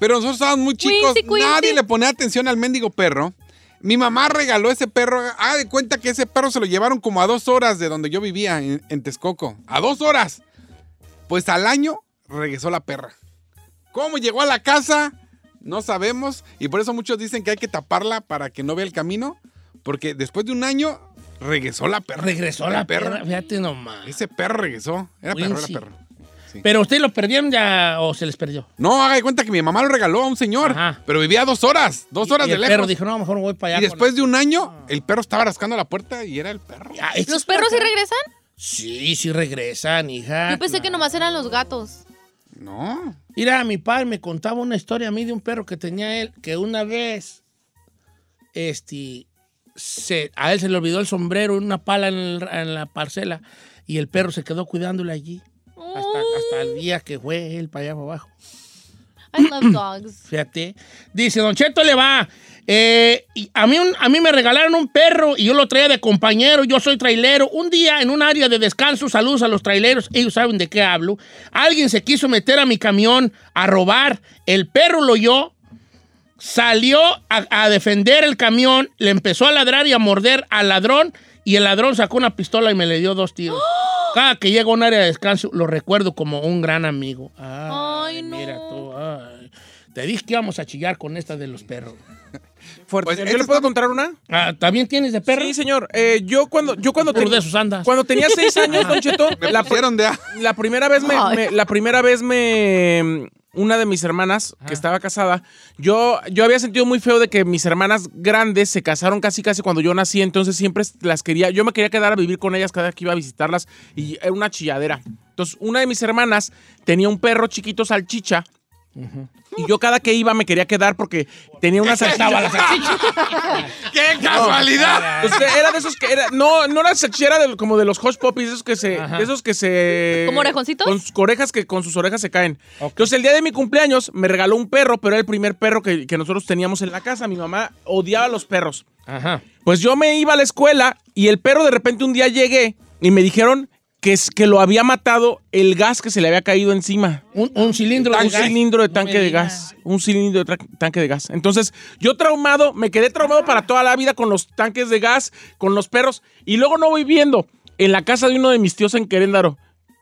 Speaker 4: Pero nosotros estábamos muy chicos,
Speaker 3: Quincy, Quincy.
Speaker 4: nadie le ponía atención al mendigo perro. Mi mamá regaló ese perro. Haga de cuenta que ese perro se lo llevaron como a dos horas de donde yo vivía, en, en Texcoco. ¡A dos horas! Pues al año regresó la perra. ¿Cómo llegó a la casa? No sabemos. Y por eso muchos dicen que hay que taparla para que no vea el camino. Porque después de un año regresó la perra.
Speaker 1: Regresó la perra. Fíjate nomás.
Speaker 4: Ese perro regresó. Era
Speaker 1: Oye,
Speaker 4: perro, era
Speaker 1: sí.
Speaker 4: perro. Sí.
Speaker 1: Pero ustedes lo perdieron ya o se les perdió.
Speaker 4: No, haga de cuenta que mi mamá lo regaló a un señor.
Speaker 1: Ajá.
Speaker 4: Pero vivía a dos horas. Dos horas
Speaker 1: Y
Speaker 4: de
Speaker 1: el
Speaker 4: lejos.
Speaker 1: perro dijo, no, mejor voy para
Speaker 4: y
Speaker 1: allá. con-
Speaker 4: después de un año, el perro estaba rascando la puerta y era el perro.
Speaker 1: Ah, ¿esa
Speaker 3: ¿Los
Speaker 1: es una
Speaker 3: perros sí
Speaker 1: perra?
Speaker 3: regresan?
Speaker 1: Sí, sí regresan, hija.
Speaker 3: Yo pensé que nomás eran los gatos.
Speaker 4: No.
Speaker 1: Mira, mi padre me contaba una historia a mí de un perro que tenía él, que una vez, este, se- a él se le olvidó el sombrero en una pala en, el- en la parcela y el perro se quedó cuidándole allí hasta, hasta el día que fue él para allá para abajo.
Speaker 3: I love dogs.
Speaker 1: Fíjate. Dice, Don Cheto le va. eh, y a, mí un- a mí me regalaron un perro y yo lo traía de compañero. Yo soy trailero. Un día en un área de descanso, saludos a los traileros, ellos saben de qué hablo. Alguien se quiso meter a mi camión a robar. El perro lo oyó, salió a, a defender el camión, le empezó a ladrar y a morder al ladrón y el ladrón sacó una pistola y me le dio dos tiros. Cada que llego a un área de descanso lo recuerdo como un gran amigo. Ay,
Speaker 3: Ay, no.
Speaker 1: Mira tú, ay. Te dije que íbamos a chillar con esta de los perros.
Speaker 2: Fuerte.
Speaker 4: Pues,
Speaker 2: ¿Yo
Speaker 4: este
Speaker 2: le puedo
Speaker 4: está-
Speaker 2: contar una?
Speaker 1: Ah, ¿También tienes de perro?
Speaker 2: Sí, señor. Eh, yo cuando, yo cuando,
Speaker 1: Puro
Speaker 2: tenía-
Speaker 1: de sus andas.
Speaker 2: cuando tenía seis años, Don Cheto,
Speaker 4: Me
Speaker 2: la,
Speaker 4: pusieron de... a-
Speaker 2: La primera vez me,
Speaker 3: Ay.
Speaker 2: me- la primera vez me una de mis hermanas que estaba casada, yo yo había sentido muy feo de que mis hermanas grandes se casaron casi casi cuando yo nací, entonces siempre las quería, yo me quería quedar a vivir con ellas cada vez que iba a visitarlas y era una chilladera. Entonces, una de mis hermanas tenía un perro chiquito salchicha. Y yo cada que iba me quería quedar porque tenía una
Speaker 1: Estaba
Speaker 2: salchicha.
Speaker 1: la salchicha.
Speaker 4: ¡Qué casualidad!
Speaker 2: Entonces, era de esos que era, no, no era salchicha, era de- como de los hush puppies, esos que se,
Speaker 1: Ajá.
Speaker 2: de esos que se.
Speaker 3: ¿Como orejoncitos?
Speaker 2: Con sus orejas que con sus orejas se caen.
Speaker 1: Ok.
Speaker 2: Entonces, el día de mi cumpleaños me regaló un perro, pero era el primer perro que, que nosotros teníamos en la casa. Mi mamá odiaba a los perros.
Speaker 1: Ajá.
Speaker 2: Pues yo me iba a la escuela y el perro de repente un día llegué y me dijeron que, es- que lo había matado el gas que se le había caído encima.
Speaker 1: Un, un cilindro de
Speaker 2: Un
Speaker 1: gas.
Speaker 2: cilindro de
Speaker 1: No
Speaker 2: tanque
Speaker 1: me
Speaker 2: de
Speaker 1: digas.
Speaker 2: gas. Un cilindro de tra- tanque de gas. Entonces, yo traumado, me quedé traumado para toda la vida con los tanques de gas, con los perros. Y luego no voy viendo en la casa de uno de mis tíos en Queréndaro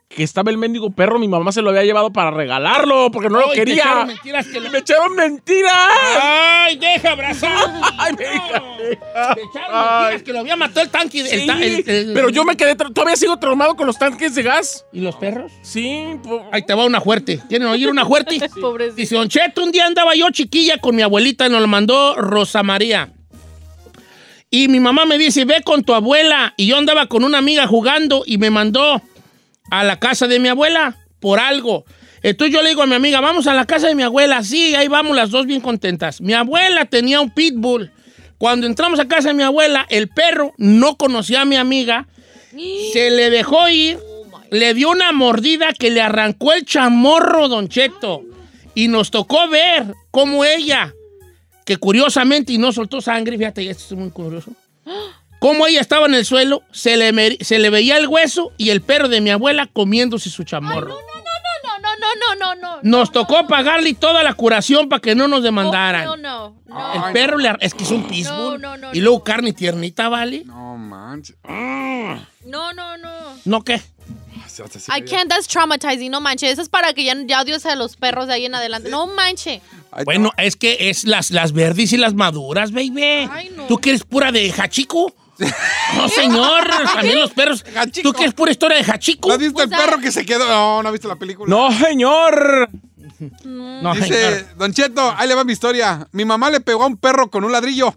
Speaker 2: que estaba el mendigo perro. Mi mamá se lo había llevado para regalarlo porque no lo
Speaker 1: Ay, te
Speaker 2: quería.
Speaker 1: echaron mentiras que lo-
Speaker 2: Me echaron mentiras.
Speaker 1: ¡Ay, deja abrazar!
Speaker 2: Ay, mi hija,
Speaker 1: No.
Speaker 2: mi
Speaker 1: Te
Speaker 2: hija.
Speaker 1: echaron mentiras
Speaker 2: Ay.
Speaker 1: que lo había matado el tanque. el
Speaker 2: Sí,
Speaker 1: ta- el- el-
Speaker 2: pero yo me quedé, tra- todavía sigo traumado con los tanques de gas.
Speaker 1: ¿Y los perros?
Speaker 2: Sí, po-
Speaker 1: Ahí te va una fuerte. ¿Quieren oír una fuerte?
Speaker 3: Pobrecito.
Speaker 1: Dice, Don Cheto, un día andaba yo chiquilla con mi abuelita y nos lo mandó Rosa María. Y mi mamá me dice, ve con tu abuela. Y yo andaba con una amiga jugando y me mandó a la casa de mi abuela por algo. Entonces yo le digo a mi amiga, vamos a la casa de mi abuela. Sí, ahí vamos las dos bien contentas. Mi abuela tenía un pitbull. Cuando entramos a casa de mi abuela, el perro no conocía a mi amiga. Se le dejó ir, le dio una mordida que le arrancó el chamorro, Don Cheto. Y nos tocó ver cómo ella, que curiosamente y no soltó sangre, fíjate, esto es muy curioso, cómo ella estaba en el suelo, se le, mer- se le veía el hueso y el perro de mi abuela comiéndose su chamorro.
Speaker 3: No, no, no, no, no, no. Oh,
Speaker 1: Nos tocó pagarle toda la curación para que no nos demandaran.
Speaker 3: No, no, no.
Speaker 1: El perro le ar- es que es un pitbull.
Speaker 3: No, no, no,
Speaker 1: y luego carne tiernita, ¿vale?
Speaker 4: No manches. Oh,
Speaker 3: No, no, no.
Speaker 1: ¿No qué?
Speaker 3: I can't, that's traumatizing. No manches. Eso es para que ya, ya odies a los perros de ahí en adelante. No manches.
Speaker 1: Bueno, es que es las, las verdes y las maduras, baby.
Speaker 3: Ay, no.
Speaker 1: ¿Tú que eres pura de jachico? No, señor. También los perros.
Speaker 4: Jachico.
Speaker 1: ¿Tú que eres pura historia de jachico?
Speaker 4: ¿No has visto el
Speaker 3: o sea-
Speaker 4: perro que se quedó? No, no has visto la película.
Speaker 2: no, señor.
Speaker 1: No,
Speaker 4: Dice,
Speaker 1: señor.
Speaker 4: Don Cheto, ahí le va mi historia. Mi mamá le pegó a un perro con un ladrillo.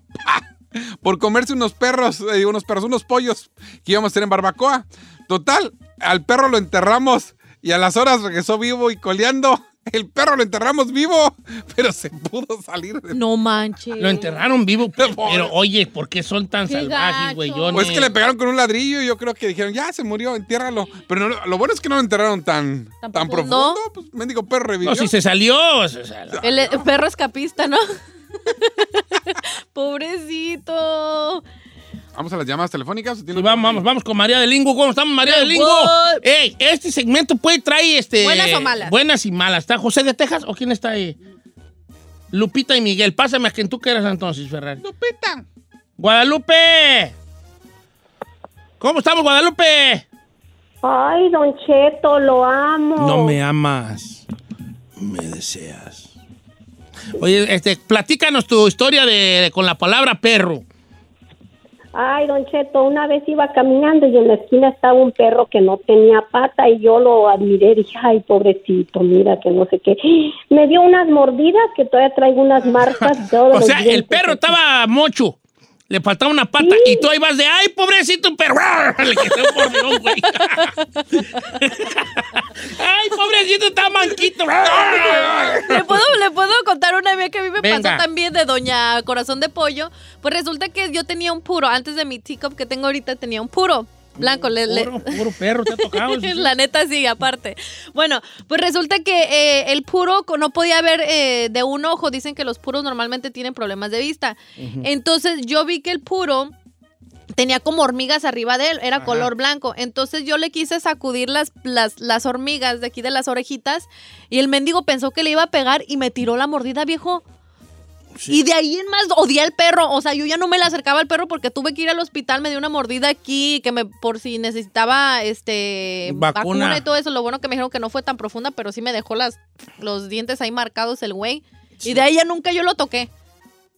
Speaker 4: Por comerse unos perros, eh, unos perros, unos pollos que íbamos a hacer en barbacoa. Total, al perro lo enterramos y a las horas regresó vivo y coleando. El perro lo enterramos vivo, pero se pudo salir. de-
Speaker 3: No manches.
Speaker 1: Lo enterraron vivo. Pero,
Speaker 4: pobre.
Speaker 1: oye, ¿por qué son tan
Speaker 3: Qué
Speaker 1: salvajes,
Speaker 3: gacho.
Speaker 1: güey?
Speaker 4: Pues es que le pegaron con un ladrillo y yo creo que dijeron, ya se murió, entiérralo. Pero no- lo bueno es que no lo enterraron tan,
Speaker 3: Tan
Speaker 4: tan
Speaker 3: profundo.
Speaker 4: profundo. Pues, mendigo perro revivió.
Speaker 1: No, si se salió. se salió.
Speaker 3: El, el perro escapista, ¿no? Pobrecito.
Speaker 4: Vamos a las llamadas telefónicas. ¿o tiene
Speaker 1: Y vamos, vamos, vamos con María de Lingo. ¿Cómo estamos, María de Lingo?
Speaker 3: What?
Speaker 1: Ey, este segmento puede traer este.
Speaker 3: Buenas o malas.
Speaker 1: Buenas y malas. ¿Está José de Texas o quién está ahí? Lupita y Miguel. Pásame a quien tú quieras entonces, Ferrari.
Speaker 4: Lupita.
Speaker 1: Guadalupe. ¿Cómo estamos, Guadalupe?
Speaker 6: Ay, Don Cheto, lo amo.
Speaker 1: No me amas. me deseas. Oye, este, platícanos tu historia de, con la palabra perro.
Speaker 9: Ay, don Cheto, una vez iba caminando y en la esquina estaba un perro que no tenía pata y yo lo admiré. Dije, ay, pobrecito, mira que no sé qué. Me dio unas mordidas que todavía traigo unas marcas. todos
Speaker 1: O
Speaker 9: los
Speaker 1: sea, el
Speaker 9: dientes.
Speaker 1: perro estaba mocho. Le faltaba una pata y tú ahí vas de, ay, pobrecito perro. Le quité un mordión, güey. ay, pobrecito, está manquito.
Speaker 3: ¿Le puedo, le puedo contar una vez que a mí me
Speaker 1: Venga.
Speaker 3: pasó también de Doña Corazón de Pollo. Pues resulta que yo tenía un puro. Antes de mi teacup que tengo ahorita tenía un puro. Blanco, le, le-
Speaker 1: Puro, puro perro, te ha tocado. sí, sí.
Speaker 3: La neta sí, aparte. Bueno, pues resulta que eh, el puro co- no podía ver eh, de un ojo. Dicen que los puros normalmente tienen problemas de vista. Entonces yo vi que el puro tenía como hormigas arriba de él, era color blanco. Entonces yo le quise sacudir las, las, las hormigas de aquí de las orejitas y el mendigo pensó que le iba a pegar y me tiró la mordida, viejo. Y de ahí en más odié al perro. O sea, yo ya no me le acercaba al perro porque tuve que ir al hospital. Me dio una mordida aquí que me por si necesitaba este
Speaker 1: Vacuna.
Speaker 3: vacuna, y todo eso. Lo bueno que me dijeron que no fue tan profunda, pero sí me dejó las, los dientes ahí marcados el güey. Y de ahí ya nunca yo lo toqué.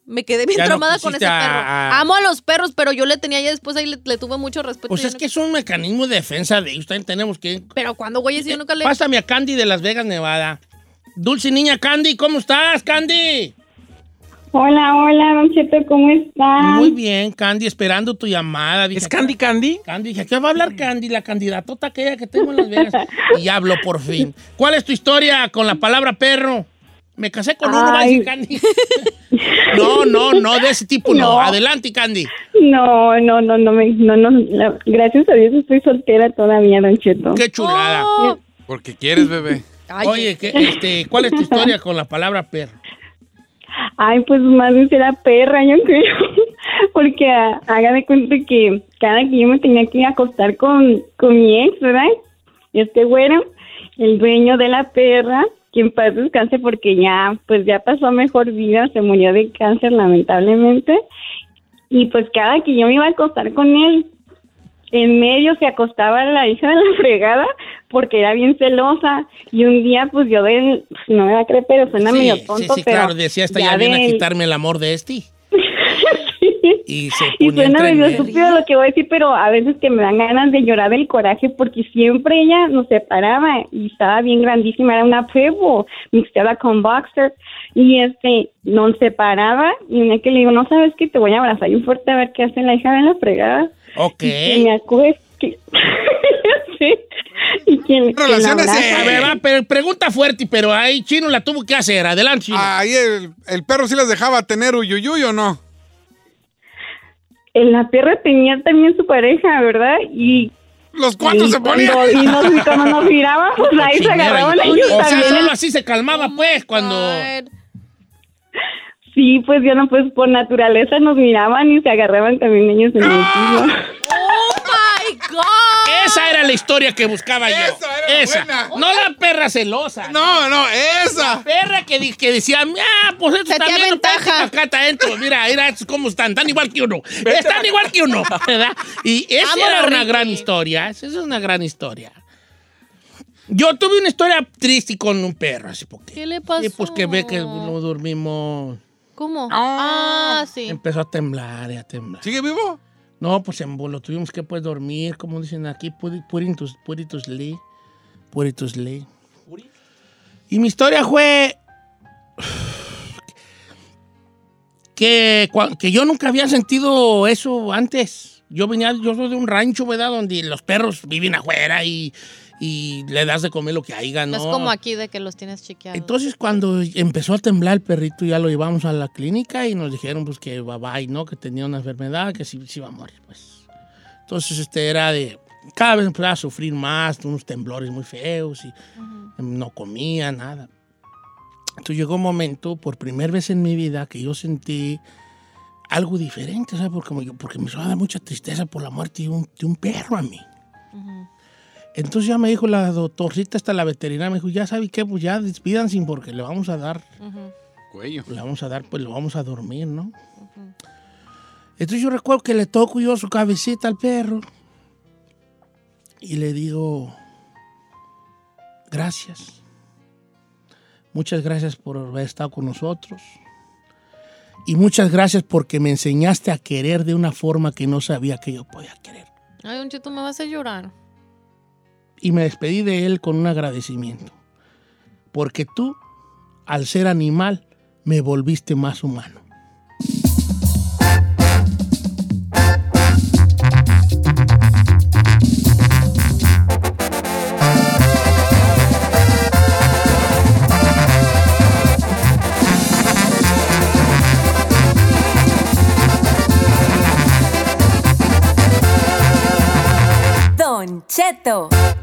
Speaker 3: Me quedé bien
Speaker 1: Ya no
Speaker 3: traumada con ese
Speaker 1: quisiste a-
Speaker 3: perro.
Speaker 1: a-
Speaker 3: Amo a los perros, pero yo le tenía ya después ahí le, le tuve mucho respeto.
Speaker 1: Pues
Speaker 3: Yo
Speaker 1: es
Speaker 3: no-
Speaker 1: que es un mecanismo de defensa de ellos. También tenemos que
Speaker 3: Pero cuando güey, si yo nunca le.
Speaker 1: Pásame a Candy de Las Vegas, Nevada. Dulce niña Candy, ¿cómo estás, Candy?
Speaker 9: Hola, hola, don Cheto, ¿cómo estás?
Speaker 1: Muy bien, Candy, esperando tu llamada. Dije,
Speaker 2: ¿Es Candy Candy?
Speaker 1: Candy, dije, ¿qué va a hablar Candy? La candidatota aquella que tengo en Las Vegas. Y ya habló por fin. ¿Cuál es tu historia con la palabra perro? Me casé con uno, va a decir Candy. No, no, no, de ese tipo no.
Speaker 9: No.
Speaker 1: Adelante, Candy.
Speaker 9: No, no, no, no, me- no, no, la- gracias a Dios estoy soltera todavía, don Cheto.
Speaker 1: Qué chulada.
Speaker 3: Oh,
Speaker 4: Porque quieres, bebé.
Speaker 3: ay,
Speaker 1: Oye, ¿qué, este, ¿cuál es tu historia con la palabra perro?
Speaker 9: Ay, pues más bien será perra, yo creo. Porque ah, haga de cuenta que cada que yo me tenía que acostar con, con mi ex, ¿verdad? Y este güero, el dueño de la perra, quien paz descanse porque ya, pues ya pasó a mejor vida, se murió de cáncer lamentablemente. Y pues cada que yo me iba a acostar con él, en medio se acostaba la hija de la fregada porque era bien celosa. Y un día, pues yo de, no me va a creer, pero suena
Speaker 1: sí,
Speaker 9: medio tonto.
Speaker 1: sí, sí,
Speaker 9: pero
Speaker 1: claro, decía esta ya,
Speaker 9: ya
Speaker 1: viene a
Speaker 9: del-
Speaker 1: quitarme el amor de este. Y se
Speaker 9: Y
Speaker 1: ponía
Speaker 9: suena
Speaker 1: entre
Speaker 9: medio
Speaker 1: medio.
Speaker 9: estúpido lo que voy a decir, pero a veces que me dan ganas de llorar del coraje porque siempre ella nos separaba y estaba bien grandísima, era una pebo mixteada con boxer y este nos separaba y una que le digo, no sabes que te voy a abrazar y fuerte a ver qué hace la hija de la fregada.
Speaker 1: Ok.
Speaker 9: Y me acuerdo que... sí. Y quien, quien la
Speaker 4: Relaciones,
Speaker 9: abraza-
Speaker 1: A ver, va, pero pregunta fuerte, pero ahí Chino la tuvo que hacer. Adelante, Chino.
Speaker 4: Ah, Ahí el, el perro sí las dejaba tener uyuyuy o no.
Speaker 9: En la tierra tenía también su pareja, ¿verdad? Y
Speaker 4: Los cuatro
Speaker 9: y
Speaker 4: se ponían.
Speaker 9: cuando- Y nos, y cuando nos mirábamos,
Speaker 3: Pues
Speaker 9: ahí se
Speaker 1: Cochinera,
Speaker 9: agarraban
Speaker 1: y-
Speaker 9: ellos
Speaker 1: O sea,
Speaker 9: también.
Speaker 1: solo así se calmaba, pues, cuando...
Speaker 3: God.
Speaker 9: Sí, pues yo no, pues por naturaleza nos miraban y se agarraban también ellos en el piso.
Speaker 3: ¡Oh, my God!
Speaker 1: Esa era la historia que buscaba yo.
Speaker 4: Esa era la
Speaker 1: Esa.
Speaker 4: buena.
Speaker 1: No la perra celosa.
Speaker 4: No, no, esa.
Speaker 1: Perra que, di- que decía, ah, pues esto
Speaker 3: Se
Speaker 1: está
Speaker 3: te
Speaker 1: bien,
Speaker 3: aventaja.
Speaker 1: vente pa' acá está adentro. Mira, mira estos cómo están, están igual que uno. Están igual que uno, ¿verdad? Y esa
Speaker 3: Vámonos,
Speaker 1: era una
Speaker 3: Ricky.
Speaker 1: gran historia, esa es una gran historia. Yo tuve una historia triste con un perro, así porque.
Speaker 3: ¿Qué le pasó?
Speaker 1: Sí, pues que ve que no dormimos.
Speaker 3: ¿Cómo? Ah, sí.
Speaker 1: Empezó a temblar y a temblar.
Speaker 4: ¿Sigue vivo?
Speaker 1: No, pues en lo tuvimos que pues dormir, como dicen aquí, puritus, puritus ley, puritus ley. Y mi historia fue que, cua- que yo nunca había sentido eso antes. Yo venía, yo soy de un rancho, ¿verdad? Donde los perros viven afuera y, y le das de comer lo que haya, ¿no?
Speaker 3: No es como aquí de que los tienes chequeados.
Speaker 1: Entonces cuando empezó a temblar el perrito ya lo llevamos a la clínica y nos dijeron pues que bye bye, ¿no? Que tenía una enfermedad, que sí, sí iba a morir, pues. Entonces este era de cada vez empezaba a sufrir más, unos temblores muy feos y no comía nada. Entonces llegó un momento por primera vez en mi vida que yo sentí algo diferente, ¿sabes? Porque, me- porque me suena mucha tristeza por la muerte de un, de un perro a mí. Entonces ya me dijo la doctorcita hasta la veterinaria, me dijo, ya sabe qué, pues ya despídanse porque le vamos a dar,
Speaker 4: Cuello.
Speaker 1: le vamos a dar, pues lo vamos a dormir, ¿no? Entonces yo recuerdo que le toco yo su cabecita al perro y le digo, gracias. Muchas gracias por haber estado con nosotros. Y muchas gracias porque me enseñaste a querer de una forma que no sabía que yo podía querer.
Speaker 3: Ay, un chito, me vas a llorar.
Speaker 1: Y me despedí de él con un agradecimiento. Porque tú, al ser animal, me volviste más humano.
Speaker 7: Don Cheto.